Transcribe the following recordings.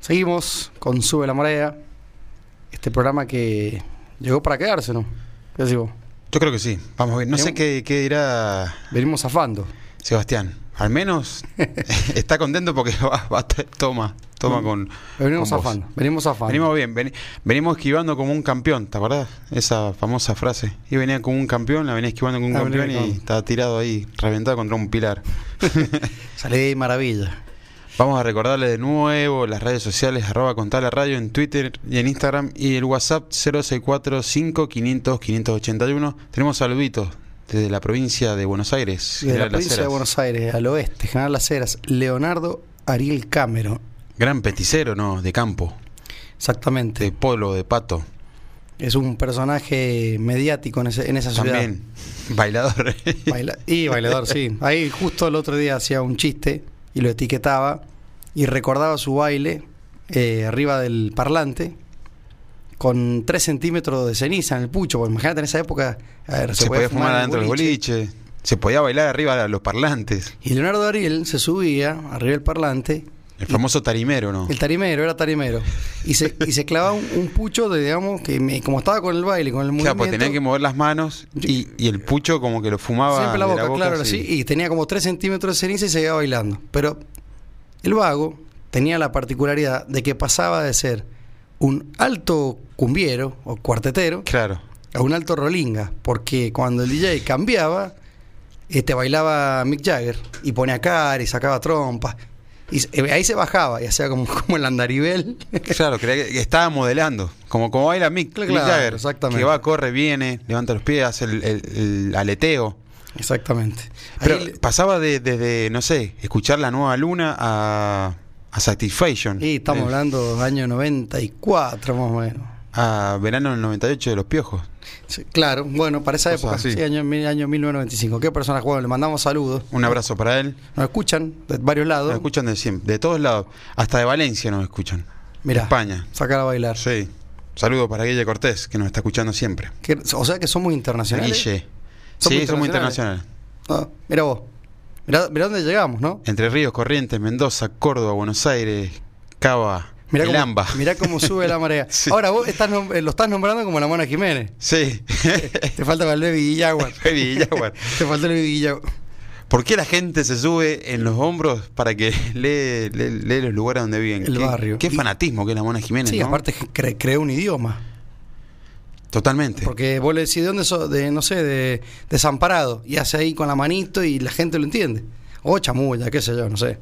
Seguimos con Sube la Marea. Este programa que llegó para quedarse, ¿no? ¿Qué decís vos? Yo creo que sí. Vamos a ver. No Bien. sé qué, qué dirá Venimos zafando. Sebastián. Al menos está contento porque va, va- Mm. toma, toma con. Venimos con vos. zafando. Venimos zafando. Venimos bien, veni- venimos esquivando como un campeón, ¿te acordás? Esa famosa frase. Y venía como un campeón, la venía esquivando como un La Ah, venía campeón y con- estaba tirado ahí, reventado contra un pilar. Salí de maravilla. Vamos a recordarle de nuevo las redes sociales, arroba contá la radio en Twitter y en Instagram y el WhatsApp 0645 500 581. Tenemos saluditos desde la provincia de Buenos Aires. De la General Las provincia de Heras. Buenos Aires, al oeste, General Las Heras, Leonardo Ariel Cámero. Gran peticero, ¿no? De campo, de Exactamente. polo, de pato. Es un personaje mediático en, ese- en esa ciudad. También, bailador. Baila- y bailador, sí. Ahí justo el otro día hacía un chiste y lo etiquetaba y recordaba su baile eh, arriba del parlante con 3 centímetros de ceniza en el pucho. Porque imagínate en esa época. a ver, se, podía fumar en el adentro del boliche. Se podía bailar arriba de los parlantes. Y Leonardo Ariel se subía arriba del parlante. El famoso tarimero, ¿no? El tarimero, era tarimero. Y se, y se clavaba un, un pucho de, digamos, que me- como estaba con el baile, con el Claro, movimiento. pues tenían que mover las manos y, y el pucho como que lo fumaba. Siempre la de boca, claro, así. sí. Y tenía como 3 centímetros de ceniza y seguía bailando. Pero el vago tenía la particularidad de que pasaba de ser un alto cumbiero o cuartetero Claro. a un alto rolinga. Porque cuando el DJ cambiaba, eh, te bailaba Mick Jagger y ponía cara y sacaba trompas. Y se- eh, ahí se bajaba y hacía como, como el andarivel. Claro, creía que que estaba modelando. Como, como baila Mick, Claro, Mick Jagger. exactamente. Que va, corre, viene, levanta los pies, hace el, el- el aleteo. Exactamente. Ahí Pero le- pasaba de- desde, no sé, escuchar la nueva luna a, a Satisfaction. y estamos Eh, hablando del año 94 más o menos. A verano del 98 de los piojos. Sí, claro, bueno, para esa Cosas época, así. sí, año, mil- año 1995. Qué persona jugable, le mandamos saludos. Un abrazo para él. Nos escuchan de varios Nos lados. escuchan de siempre, de todos lados. Hasta de Valencia nos escuchan. Mirá, España. Sacar a bailar. Sí. Saludo para Guille Cortés, que nos está escuchando siempre. Que- o sea que somos internacionales. Guille. Somos Sí, somos internacionales. internacionales. Ah, mirá vos. Mirá, mirá dónde llegamos, ¿no? Entre Ríos, Corrientes, Mendoza, Córdoba, Buenos Aires, Cava, Mirá El cómo, Amba. mirá cómo sube la marea. Sí. Ahora vos estás nom- eh, lo estás nombrando como la Mona Jiménez. Sí. Te falta el Baby Jaguar. Baby Jaguar. Te falta el Baby Jaguar. ¿Por qué la gente se sube en los hombros para que lee, lee- lee los lugares donde viven? El ¿Qué, barrio. Qué Y- fanatismo que es la Mona Jiménez, Sí, ¿no? aparte cre- creó un idioma. Totalmente. Porque vos le decís, ¿de dónde sos? De, no sé, de desamparado. Y hace ahí con la manito y la gente lo entiende. O chamulla, qué sé yo, no sé.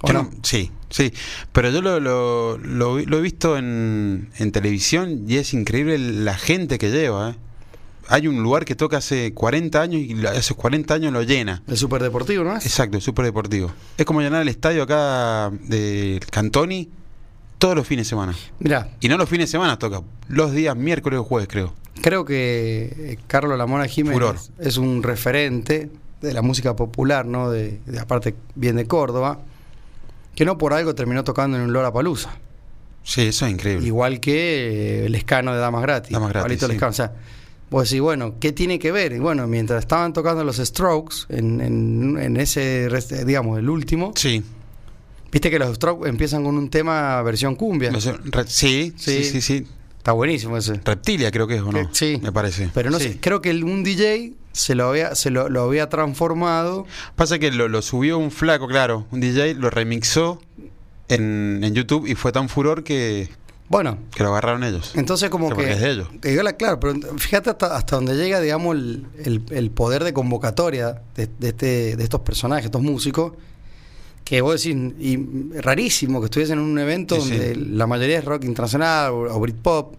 ¿O Yo no? no- Sí, sí. Pero yo lo, lo- lo vi- lo he visto en, en televisión y es increíble la gente que lleva. ¿eh? Hay un lugar que toca hace 40 años y la- hace 40 años lo llena. El superdeportivo, ¿no es? Exacto, súper deportivo. Es como llenar el estadio acá de Cantoni todos los fines de semana. Mirá, Y no los fines de semana toca, los días miércoles o jueves, creo. creo que eh, Carlos Lamona Jiménez Furor. es un referente de la música popular, ¿no? De, de- aparte, bien de Córdoba, que no por algo terminó tocando en un Lora Palusa. Sí, eso es increíble. Igual que eh, el escano de Damas Gratis. Damas Gratis, Pablito sí. Lescano. O sea, vos decís, bueno, ¿qué tiene que ver? Y bueno, mientras estaban tocando los Strokes en, en- en ese, rest- digamos, el último, Sí. viste que los Strokes empiezan con un tema versión cumbia. No sé, re- sí, sí, sí, Sí. sí. Está buenísimo ese. Reptilia creo que es, ¿o no? Sí. Me parece. Pero no Sí. sé, creo que el- un DJ se lo había, se lo, lo había transformado. Pasa que lo, lo subió un flaco, claro, un DJ, lo remixó en, en YouTube y fue tan furor que, Bueno, que lo agarraron ellos. entonces como Sí, que. porque es de ellos. te digo la- claro, pero fíjate hasta, hasta dónde llega, digamos, el, el- el poder de convocatoria de, de este, de estos personajes, estos músicos, que vos decís, y rarísimo que estuviesen en un evento Sí, sí. donde la mayoría es rock internacional o, o Britpop.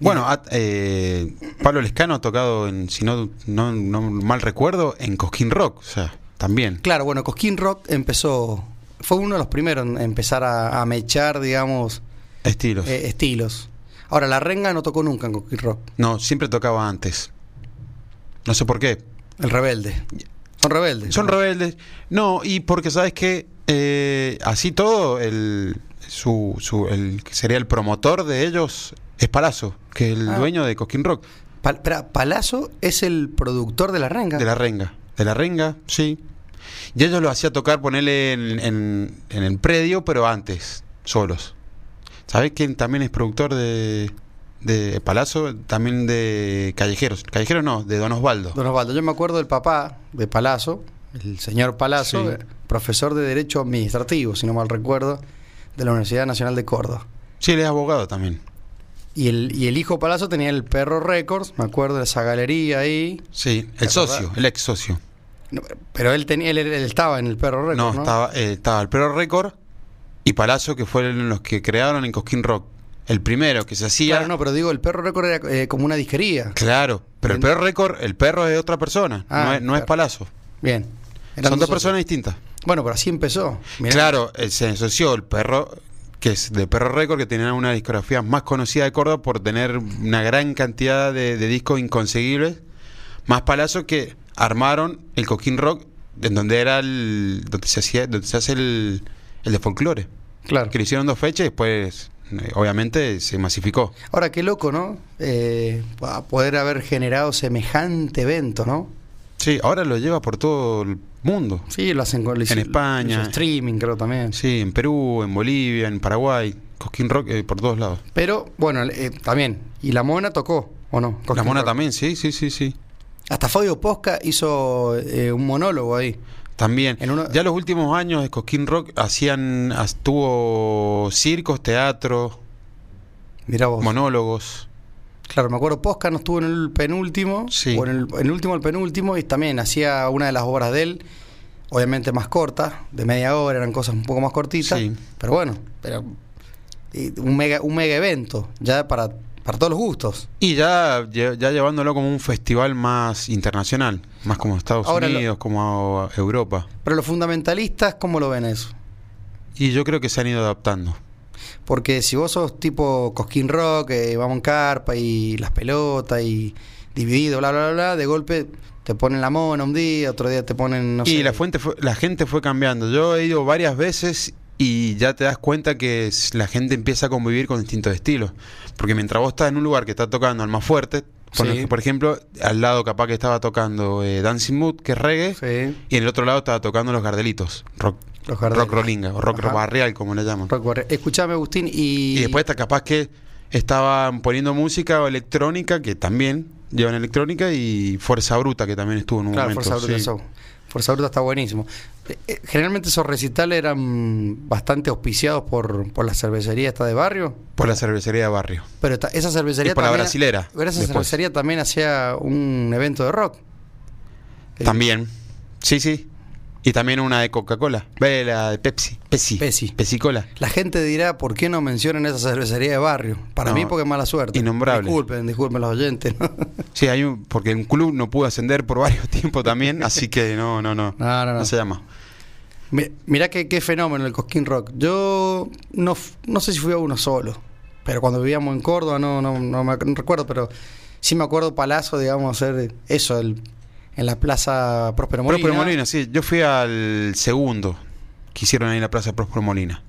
Bueno, a- eh, Pablo Lescano ha tocado, en, si no, no, no mal recuerdo, en Cosquín Rock, o sea, también. Claro, bueno, Cosquín Rock empezó. Fue uno de los primeros en empezar a, a mechar, digamos, Estilos. eh, estilos. Ahora, la renga no tocó nunca en Cosquín Rock. No, siempre tocaba antes. No sé por qué. El rebelde. Son rebeldes. Son rebeldes. No, y porque sabes que así todo, el, su, su- el que sería el promotor de ellos es Palazzo, que es el Ah. dueño de Cosquín Rock. Pal- espera, Palazzo es el productor de la renga. De la renga. De la renga, sí. Y ellos lo hacía tocar, ponerle en, en- en el predio, pero antes. solos. ¿Sabés quién también es productor de, de Palazzo? También de Callejeros. Callejeros no, de Don Osvaldo. Don Osvaldo, yo me acuerdo del papá de Palazzo, el señor Palazzo, eh, Sí. profesor de Derecho Administrativo, si no mal recuerdo, de la Universidad Nacional de Córdoba. Sí, él es abogado también. Y el, y el hijo Palazzo tenía el Perro Records, me acuerdo de esa galería ahí. Sí, ¿Te el acordás? socio, el ex socio. No, pero él, tenía, él, él estaba en el Perro Records. No, No, estaba, eh, estaba el Perro Record y Palazzo, que fueron los que crearon en Cosquín Rock. El primero que se hacía. Claro, no, pero digo, el Perro Records era eh, como una disquería. Claro, pero el Bien. Perro Record, el perro es de otra persona, Ah, no es, no es claro. Palazzo. Bien. Eran Son dos socios. personas distintas. Bueno, pero así empezó. Mirá. Claro, eh, se asoció el perro, que es de Perro Record, que tenía una discografía más conocida de Córdoba por tener una gran cantidad de, de discos inconseguibles, más palazos que armaron el Coquín Rock, en donde era el, donde se hacía, donde se hace el, el de folclore. Claro. Que le hicieron dos fechas y después, eh, obviamente, se masificó. Ahora, qué loco, ¿no? Eh, a poder haber generado semejante evento, ¿no? Sí, ahora lo lleva por todo el mundo. Sí, lo hacen con lo hizo- España. lo hizo streaming, creo también. Sí, en Perú, en Bolivia, en Paraguay, Coquín Rock, eh, por todos lados. Pero, bueno, eh, también. Y La Mona tocó, ¿o no? La Mona Rock. también, sí, sí, sí, sí. Hasta Fabio Posca hizo eh, un monólogo ahí. También. En uno- Ya los últimos años de Cosquín Rock hacían, as- tuvo circos, teatro, Mirá vos. monólogos. Claro, me acuerdo, Posca no estuvo en el penúltimo, Sí. o en el, en el último, el penúltimo, y también hacía una de las obras de él, obviamente más corta, de media hora, eran cosas un poco más cortitas, Sí. pero bueno, pero eh, un mega, un mega evento, ya para, para todos los gustos. Y ya, lle- ya llevándolo como un festival más internacional, más como Estados Ahora lo- Unidos, como a- a Europa. Pero los fundamentalistas, ¿cómo lo ven eso? Y yo creo que se han ido adaptando. Porque si vos sos tipo Cosquín Rock, eh, Vamos en Carpa y las pelotas y dividido, bla, bla, bla, bla, de golpe te ponen la mona un día, otro día te ponen, no y sé, la fuente fue- la gente fue cambiando. Yo he ido varias veces y ya te das cuenta que s- la gente empieza a convivir con distintos estilos. Porque mientras vos estás en un lugar que está tocando al más fuerte, por, Sí. por ejemplo, al lado capaz que estaba tocando eh, Dancing Mood, que es reggae, sí, y en el otro lado estaba tocando los gardelitos, rock, los rock jardines. rolinga o rock Ajá. barrial, como le llaman. Rock Warrior. Escuchame, Agustín, y. Y después está capaz que estaban poniendo música o electrónica, que también llevan electrónica, y Fuerza Bruta, que también estuvo en un Claro, momento. Fuerza Bruta sí. Show. Fuerza Bruta está buenísimo. Eh, eh, Generalmente esos recitales eran bastante auspiciados por, por la cervecería esta de barrio. Por la cervecería de barrio. Pero esta- esa cervecería Y por la también- brasilera, pero esa después. cervecería también hacía un evento de rock. Eh, También. Sí, sí. Y también una de Coca-Cola. Ve la de Pepsi. Pepsi. Pepsi. Pepsi-Cola. La gente dirá, ¿por qué no mencionan esa cervecería de barrio? Para No, mí, porque es mala suerte. innombrable. Disculpen, disculpen los oyentes. no, Sí, hay un, porque un club no pudo ascender por varios tiempos también, así que no, no, no. No, no, no. se llama. Mi- Mirá qué, qué fenómeno el Cosquín Rock. Yo no, f- no sé si fui a uno solo, pero cuando vivíamos en Córdoba, no, no, no me ac- no recuerdo, pero sí me acuerdo Palazzo, digamos, hacer eso, el- en la plaza Próspero Molina. Próspero Molina, sí. Yo fui al segundo que hicieron ahí en la plaza Próspero Molina.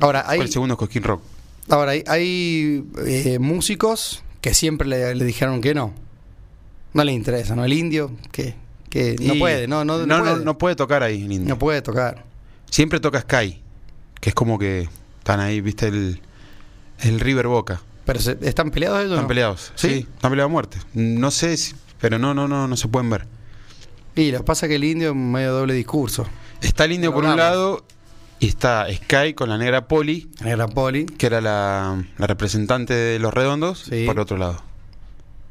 Ahora, hay, Fue el segundo Cosquín Rock. ahora, hay, hay, eh, músicos que siempre le, le dijeron que no. No le interesa, ¿no? El indio, que, que no Y- puede, no, no, no, no, puede, no no, puede tocar ahí, en India. puede tocar. Siempre toca Sky, que es como que están ahí, viste, el, el River Boca. Pero se- están peleados ellos. o Están no? peleados. ¿Sí? ¿Sí? están peleados a muerte. No sé, si- pero no, no, no, no se pueden ver. Y lo que pasa es que el indio es medio doble discurso. Está el indio Lo por un hablamos. lado y está Sky con la negra Poli, La Negra Poli. que era la, la representante de los redondos, Sí. por otro lado.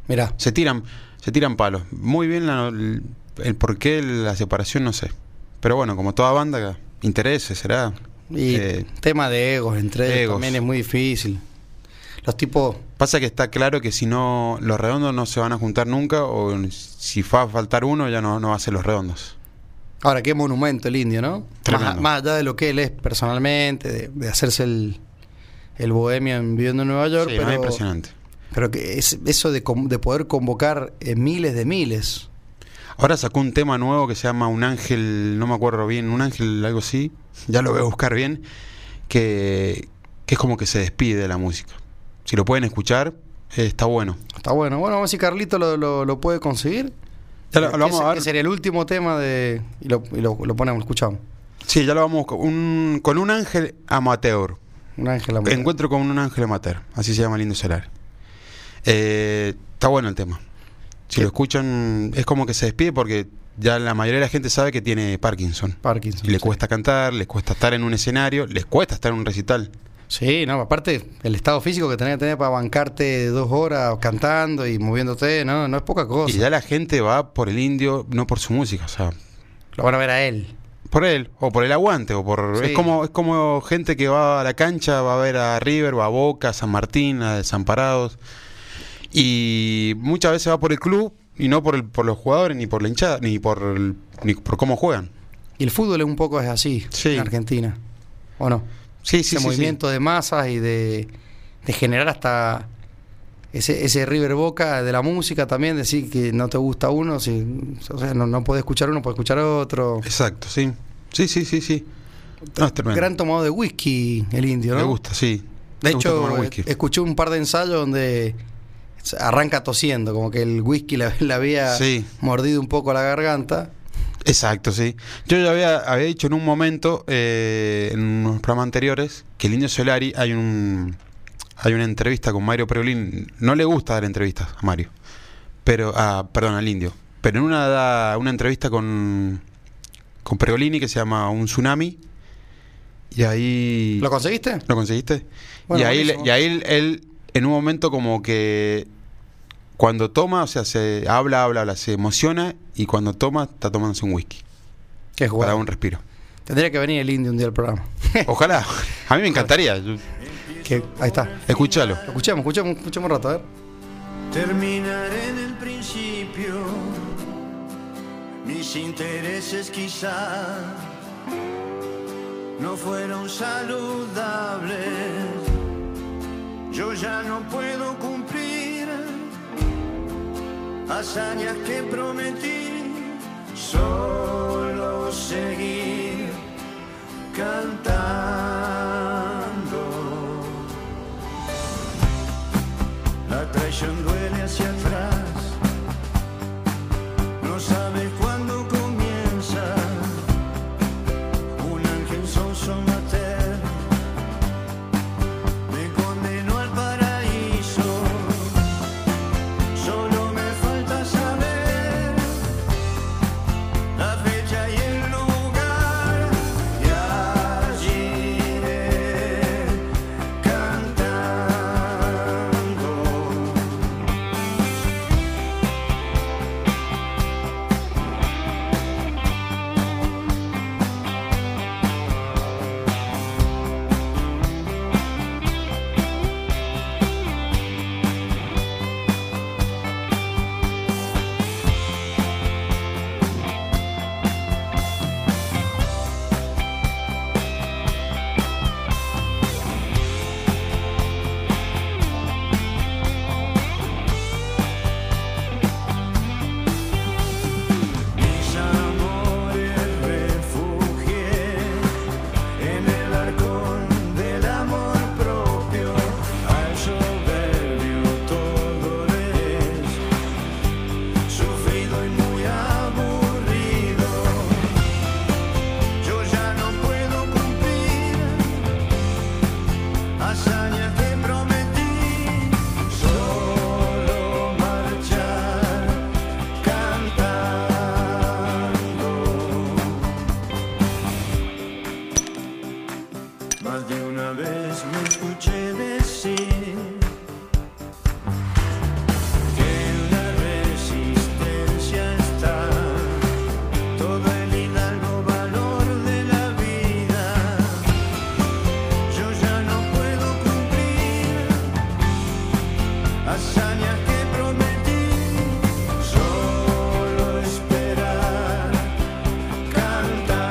Mirá. Se tiran, se tiran palos. Muy bien la- el, el por qué la separación, no sé. Pero bueno, como toda banda, intereses, será. Y Eh, tema de egos entre ellos egos. también es muy difícil. Los tipos, Pasa que está claro que si no, los redondos no se van a juntar nunca, o si va a faltar uno, ya no, no va a ser los redondos. ahora qué monumento el indio, ¿no? Más, Tremendo. más allá de lo que él es personalmente, de, de hacerse el, el bohemio en- viviendo en Nueva York, Sí, no, es pero, impresionante. pero que es- eso de, com- de poder convocar eh, miles de miles. Ahora sacó un tema nuevo que se llama Un Ángel, no me acuerdo bien, Un Ángel, algo así, ya lo voy a buscar bien, que, que es como que se despide de la música. Si lo pueden escuchar, eh, está bueno. Está bueno. Bueno, vamos a ver si Carlito lo, lo- lo puede conseguir. Ya lo, lo Ese- vamos a ese ver. sería el último tema de. Y lo, y lo- lo ponemos, lo escuchamos. Sí, ya lo vamos con un, con un ángel amateur. Un ángel amateur. Encuentro con un ángel amateur, así se llama el Indio Solar. Eh, está bueno el tema. Si ¿Qué? lo escuchan, es como que se despide porque ya la mayoría de la gente sabe que tiene Parkinson. Parkinson. Y le sí. cuesta cantar, les cuesta estar en un escenario, les cuesta estar en un recital. Sí, no, aparte el estado físico que tenés que tener para bancarte dos horas cantando y moviéndote, no, no es poca Y cosa. ya la gente va por el indio, no por su música, o sea, Lo van a ver a él. por él, o por el aguante, o por. Sí. Es como, es como gente que va a la cancha, va a ver a River, va a Boca, a San Martín, a Desamparados. Y muchas veces va por el club y no por el, por los jugadores, ni por la hinchada, ni por el- ni por cómo juegan. Y el fútbol es un poco es así Sí. en Argentina, ¿o no? Sí, ese movimiento de masas y de, de generar hasta ese, ese River Boca de la música también, decir que no te gusta uno, si, o sea, no, no podés escuchar uno, podés escuchar otro. Exacto, sí. Sí, sí, sí, sí. No, es tremendo. Gran tomado de whisky el indio, ¿no? Me gusta, sí. De Le gusta tomar hecho, whisky. eh, escuché un par de ensayos donde se arranca tosiendo, como que el whisky le, le había Sí. mordido un poco la garganta. Exacto, sí. Yo ya había, había dicho en un momento, eh, en unos programas anteriores, que el Indio Solari hay un hay una entrevista con Mario Perolín. No le gusta dar entrevistas a Mario. Pero, ah, perdón, al Indio. Pero en una da una entrevista con, con Pergolini que se llama Un Tsunami. Y ahí. ¿Lo conseguiste? ¿Lo conseguiste? Bueno, y ahí, le- buenísimo. y ahí él, él, en un momento como que cuando toma, o sea, se habla, habla, habla, se emociona y cuando toma está tomándose un whisky Qué para jugada. un respiro. Tendría que venir el indio un día al programa. Ojalá, a mí me encantaría. Que- ahí está. Escúchalo. Escuchemos, escuchemos, escuchemos un rato, a ver. Terminar en el principio, mis intereses quizá no fueron saludables. Yo ya no puedo cumplir hazañas que prometí, solo seguir cantando. La traición duele hacia atrás. No sabes cuándo comienza. Un ángel sonso mater me condenó al paraíso. Solo me falta saber la fecha y el lugar. Y allí iré cantando. Mis amores refugié en el arcón del amor propio. Al soberbio todo es sufrido y muy aburrido. Yo ya no puedo cumplir hazañas que prometí. Solo marchar cantando. Más de una vez me escuché decir que en la resistencia está todo el hidalgo valor de la vida. Yo ya no puedo cumplir hazañas que prometí. Solo esperar cantando.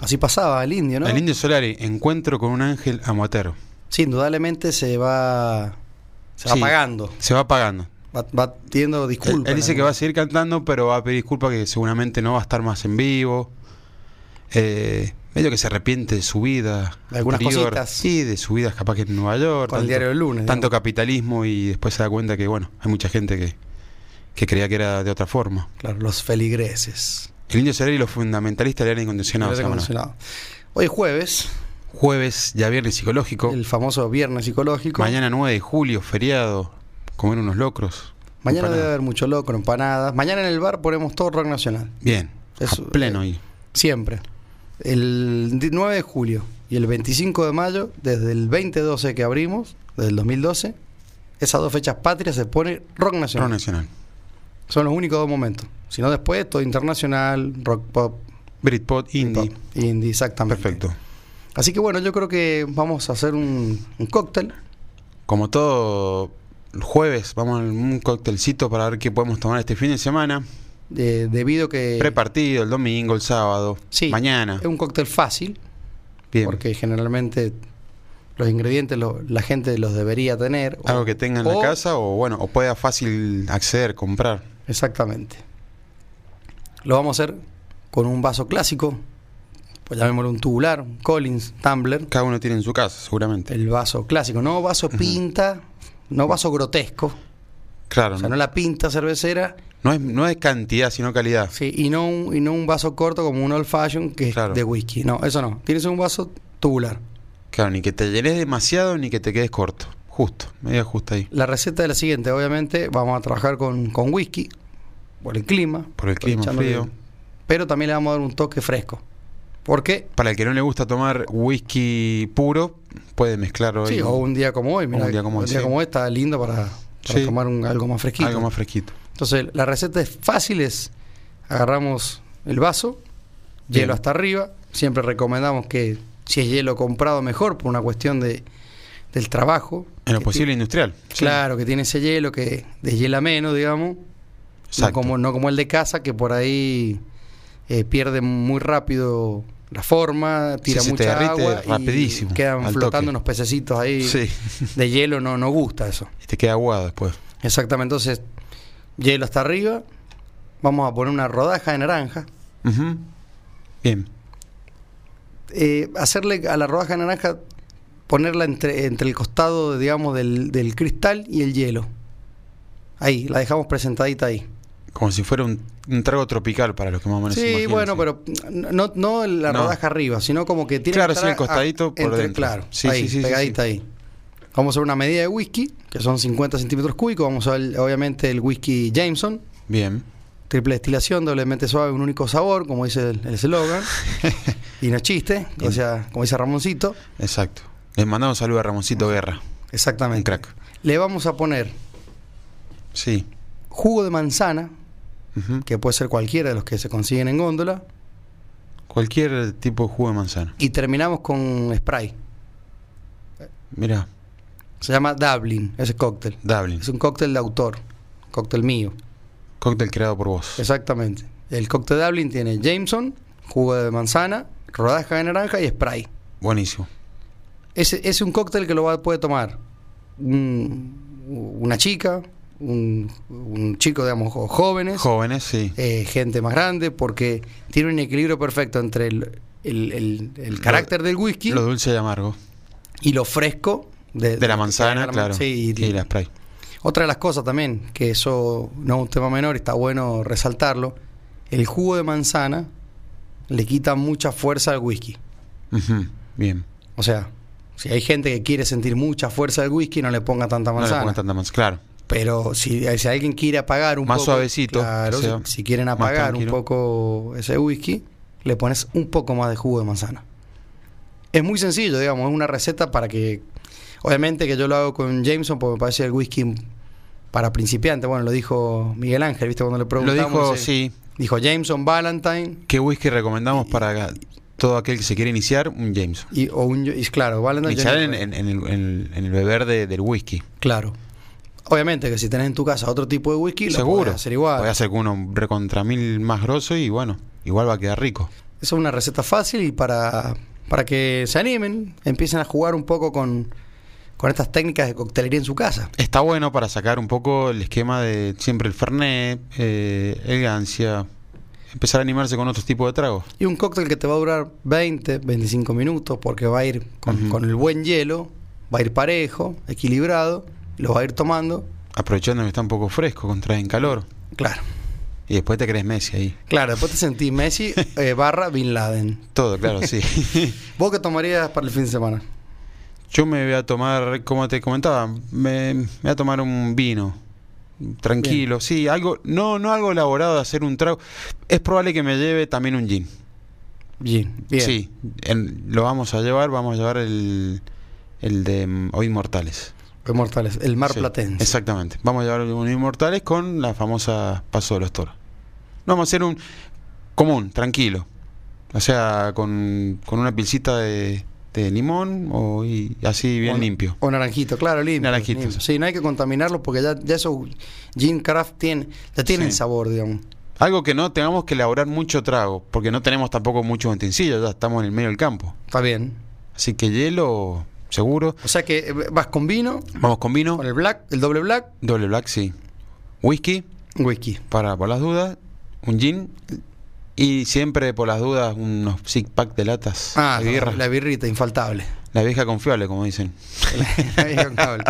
Así pasaba el indio, ¿no? El Indio Solari, encuentro con un ángel amateur. Sí, indudablemente se va, se va Sí. apagando. Se va pagando. Va, va pidiendo Él- disculpas. Él, dice que va a seguir cantando, pero va a pedir disculpas que seguramente no va a estar más en vivo. Eh, medio que se arrepiente de su vida. De algunas cositas. Sí, de su vida capaz que en Nueva York. Con el diario del lunes, Tanto digamos. capitalismo y después se da cuenta que, bueno, hay mucha gente que, que creía que era de otra forma. Claro, los feligreses. El Indio Solari y los fundamentalistas le han incondicionado. Feligreses se llaman. condicionados. Hoy es jueves, Jueves, ya viernes psicológico. el famoso viernes psicológico. Mañana 9 de julio, feriado. Comer unos locros. Mañana debe empanadas. haber mucho loco, empanadas. Mañana en el bar ponemos todo rock nacional. Bien. Eso, a pleno eh, y Siempre. El di- 9 de julio y el 25 de mayo, desde el 2012 que abrimos, desde el 2012, esas dos fechas patrias se pone rock nacional. Pro Nacional. Son los únicos dos momentos. Si no, después todo internacional, rock pop, Britpop, Indie. pop, indie, exactamente. Perfecto. Así que bueno, yo creo que vamos a hacer un, un cóctel. Como todo el jueves, vamos a un cóctelcito para ver qué podemos tomar este fin de semana. eh, debido que. Prepartido, el domingo, el sábado, Sí, mañana. Es un cóctel fácil, Bien. porque generalmente los ingredientes lo- la gente los debería tener. o- Algo Ah, que tenga en la o- casa o bueno, o pueda fácil acceder, comprar. Exactamente. Lo vamos a hacer con un vaso clásico, pues llamémoslo un tubular, un Collins, Tumbler. Cada uno tiene en su casa, seguramente. El vaso clásico, no vaso pinta, no vaso grotesco, claro. o sea, no, no la pinta cervecera, no es, no es cantidad, sino calidad. sí, y, no un, y no un vaso corto como un old fashion que Claro. es de whisky. No, eso no. Tienes un vaso tubular. Claro, ni que te llenes demasiado ni que te quedes corto. Justo, media justa ahí. La receta es la siguiente, obviamente vamos a trabajar con, con whisky, por el clima. Por el clima echándole- frío. Pero también le vamos a dar un toque fresco. ¿Por qué? Para el que no le gusta tomar whisky puro, puede mezclarlo Sí, ahí. o un día como hoy, mira, un día como hoy, sí. está lindo para, para Sí. tomar un- algo más fresquito. algo más fresquito. Entonces, la receta es fácil, es agarramos el vaso, Bien. hielo hasta arriba, siempre recomendamos que si es hielo comprado mejor por una cuestión de del trabajo. En lo Que posible industrial. ti- Claro, que tiene ese hielo que deshiela menos, digamos, no Exacto. como, no como el de casa que por ahí eh, pierde muy rápido la forma, tira Sí, se te mucha derrite agua rapidísimo, y quedan al flotando toque. unos pececitos ahí Sí. de hielo no, no gusta eso. Y te queda aguado después. Exactamente, entonces hielo hasta arriba, vamos a poner una rodaja de naranja. Ujú. Bien. Eh, hacerle a la rodaja de naranja ponerla entre, entre el costado, digamos, del, del cristal y el hielo. Ahí, la dejamos presentadita ahí. Como si fuera un, un trago tropical para los que más o menos se sí, imaginan, bueno, sí. pero no, no la No. rodaja arriba, sino como que tiene Claro, que sí, el a- costadito por dentro. Claro, Sí, ahí, sí, sí, sí, pegadita ahí. Vamos a hacer una medida de whisky, que son 50 centímetros cúbicos. Vamos a ver, obviamente, el whisky Jameson. Bien. Triple destilación, doblemente suave, un único sabor, como dice el el eslogan. y no es chiste, o sea, como dice Ramoncito. Exacto. Les mandamos un saludo a Ramoncito Guerra. Un Exactamente. crack. Le vamos a poner Sí. jugo de manzana, Ujú. que puede ser cualquiera de los que se consiguen en góndola, Cualquier tipo de jugo de manzana. y terminamos con spray. Mira, Se llama Dublin, ese cóctel. Dublin. Es un cóctel de autor, cóctel mío. Cóctel creado por vos. Exactamente. El cóctel Dublin tiene Jameson, jugo de manzana, rodaja de naranja y spray. Buenísimo. Es, es un cóctel que lo va, puede tomar un- una chica, un, un chico, digamos, jo- jóvenes, Jóvenes, sí. eh, gente más grande, porque tiene un equilibrio perfecto entre el, el- el- el Lo- carácter del whisky Lo dulce y amargo. y lo fresco de, De la de- de manzana, la- claro. sí, y- y la spray. Otra de las cosas también, que eso no es un tema menor, está bueno resaltarlo, el jugo de manzana le quita mucha fuerza al whisky. Ujú, Bien. O sea, si hay gente que quiere sentir mucha fuerza al whisky, no le ponga tanta No le manzana. pongan tanta manzana. Claro. Pero si, eh, si alguien quiere apagar un Más poco. suavecito, Claro, o sea, si, si quieren más apagar un tranquilo. poco ese whisky, le pones un poco más de jugo de manzana. Es muy sencillo, digamos, es una receta para que. Obviamente que yo lo hago con Jameson porque me parece el whisky para principiantes. Bueno, lo dijo Miguel Ángel, ¿viste? Cuando le Lo preguntamos. dijo, eh, sí. Dijo Jameson, Valentine. ¿Qué whisky recomendamos para todo aquel que se quiere iniciar? Un Jameson. Y, o un, y claro, Valentine. Iniciar en, Jameson. en- en el, en el- en el beber de- del whisky. Claro. Obviamente que si tenés en tu casa otro tipo de whisky, lo Seguro. podés hacer igual. Voy a hacer con uno recontra mil más grosso y bueno, igual va a quedar rico. Eso es una receta fácil y para, para que se animen, empiecen a jugar un poco con, con estas técnicas de coctelería en su casa. Está bueno para sacar un poco el esquema de siempre el Fernet, eh, el Gancia, empezar a animarse con otros tipos de tragos. Y un cóctel que te va a durar 20, 25 minutos porque va a ir con, Ujú. con el buen hielo, va a ir parejo, equilibrado, lo va a ir tomando. Aprovechando que está un poco fresco, contrae en calor. Claro, Y después te crees Messi ahí. claro, después te sentís Messi eh, barra Bin Laden. Todo, claro, sí. ¿Vos qué tomarías para el fin de semana? Yo me voy a tomar, como te comentaba, me, me voy a tomar un vino. Tranquilo, sí, algo, no, no algo elaborado de hacer un trago. Es probable que me lleve también un gin. Bien, bien. Sí, en- lo vamos a llevar, vamos a llevar el, el de mm, Hoy Mortales. Los Mortales, el mar Sí, platense. Exactamente. Vamos a llevar un Inmortales con la famosa Paso de los Toros. No, vamos a hacer un común, tranquilo. O sea, con, con una pilcita de, de limón o, y así bien O- limpio. O naranjito, claro, limpio. Naranjito. limpio. Sí, no hay que contaminarlo porque ya, ya eso Gin Craft tiene, ya tienen Sí. sabor, digamos. Algo que no tengamos que elaborar mucho trago, porque no tenemos tampoco muchos utensilios, ya estamos en el medio del campo. Está bien. Así que hielo, seguro. O sea que eh, vas con vino, Vamos con vino, con el black, el doble black, doble black, sí. Whisky, whisky. para por las dudas, un gin y siempre por las dudas unos six pack de latas Ah, de birra. la birrita, infaltable. La vieja confiable, como dicen. La vieja cable.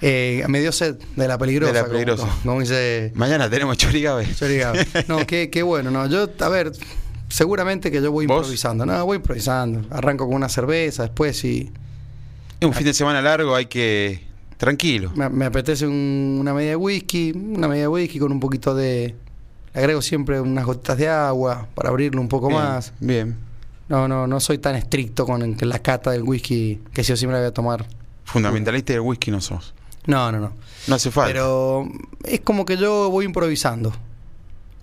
Eh, me dio sed de la peligrosa. De la como- peligrosa. Como, dice Mañana tenemos chorigabe. Yuri Gabe. No, qué, qué bueno. No, yo, a ver, seguramente que yo voy ¿Vos? improvisando. No, voy improvisando. Arranco con una cerveza, después si Es un fin de semana largo, hay que... Tranquilo. me, me apetece un- una media de whisky, una media de whisky con un poquito de... Le agrego siempre unas gotitas de agua para abrirlo un poco Bien, más. Bien. No, no, no soy tan estricto con el- la cata del whisky que si o sí me la voy a tomar. Fundamentalista del whisky no sos. No, no, no. No hace falta. Pero es como que yo voy improvisando.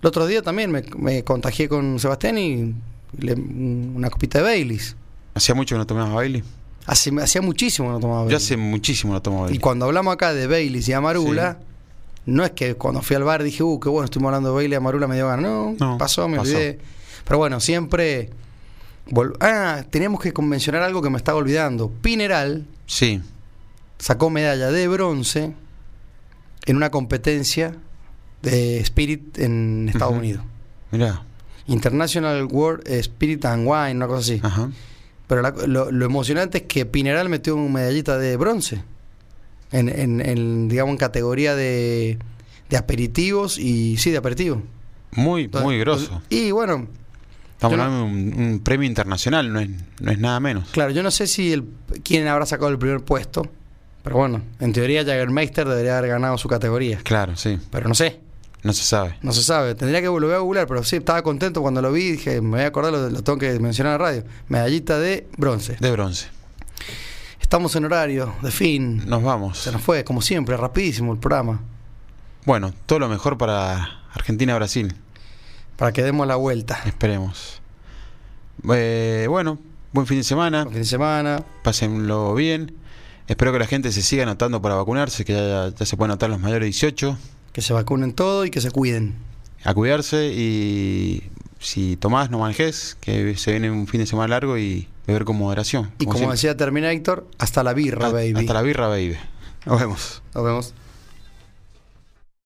El otro día también me, me contagié con Sebastián y le- una copita de Baileys. Hacía mucho que no tomabas Bailey. Hace, hacía muchísimo que no tomaba Yo Baileys. hace muchísimo no tomo Y Bailey. cuando hablamos acá de Baileys y Amarula, no es que cuando fui al bar dije, uh, qué bueno, estuvimos hablando de Baileys y Amarula, me dio ganas. No, No, pasó, me pasó. olvidé. Pero bueno, siempre... vol- ah, teníamos que convencionar algo que me estaba olvidando. Pineral Sí. sacó medalla de bronce en una competencia de Spirit en Estados Ujú. Unidos. Mirá. International World Spirit and Wine, una cosa así. Ajá. Pero la- lo, lo emocionante es que Pineral metió una medallita de bronce. En, en- en, digamos, en categoría de, de aperitivos y... Sí, de aperitivos. Muy, muy grosso. Y bueno, yo Estamos no- hablando de un, un premio internacional, no es, no es nada menos. claro, yo no sé si el, quién habrá sacado el primer puesto. Pero bueno, en teoría Jagermeister debería haber ganado su categoría. Claro, sí. Pero no sé. No se sabe. No se sabe, tendría que volver a googlear, pero sí, estaba contento cuando lo vi, dije, me voy a acordar, lo, lo tengo que mencionar en la radio. Medallita de bronce. De bronce. Estamos en horario, de fin. Nos vamos. Se nos fue, como siempre, rapidísimo el programa. Bueno, todo lo mejor para Argentina-Brasil. Para que demos la vuelta. Esperemos. Eh, bueno, buen fin de semana. Buen fin de semana. Pásenlo bien. Espero que la gente se siga anotando para vacunarse, que ya, ya se pueden anotar los mayores de 18. Que se vacunen todo y que se cuiden. A cuidarse y si tomás, no manjes, que se viene un fin de semana largo y beber con moderación. Y como siempre. decía Terminator, hasta la birra, Ha- baby. Hasta la birra, baby. Nos vemos. Nos vemos.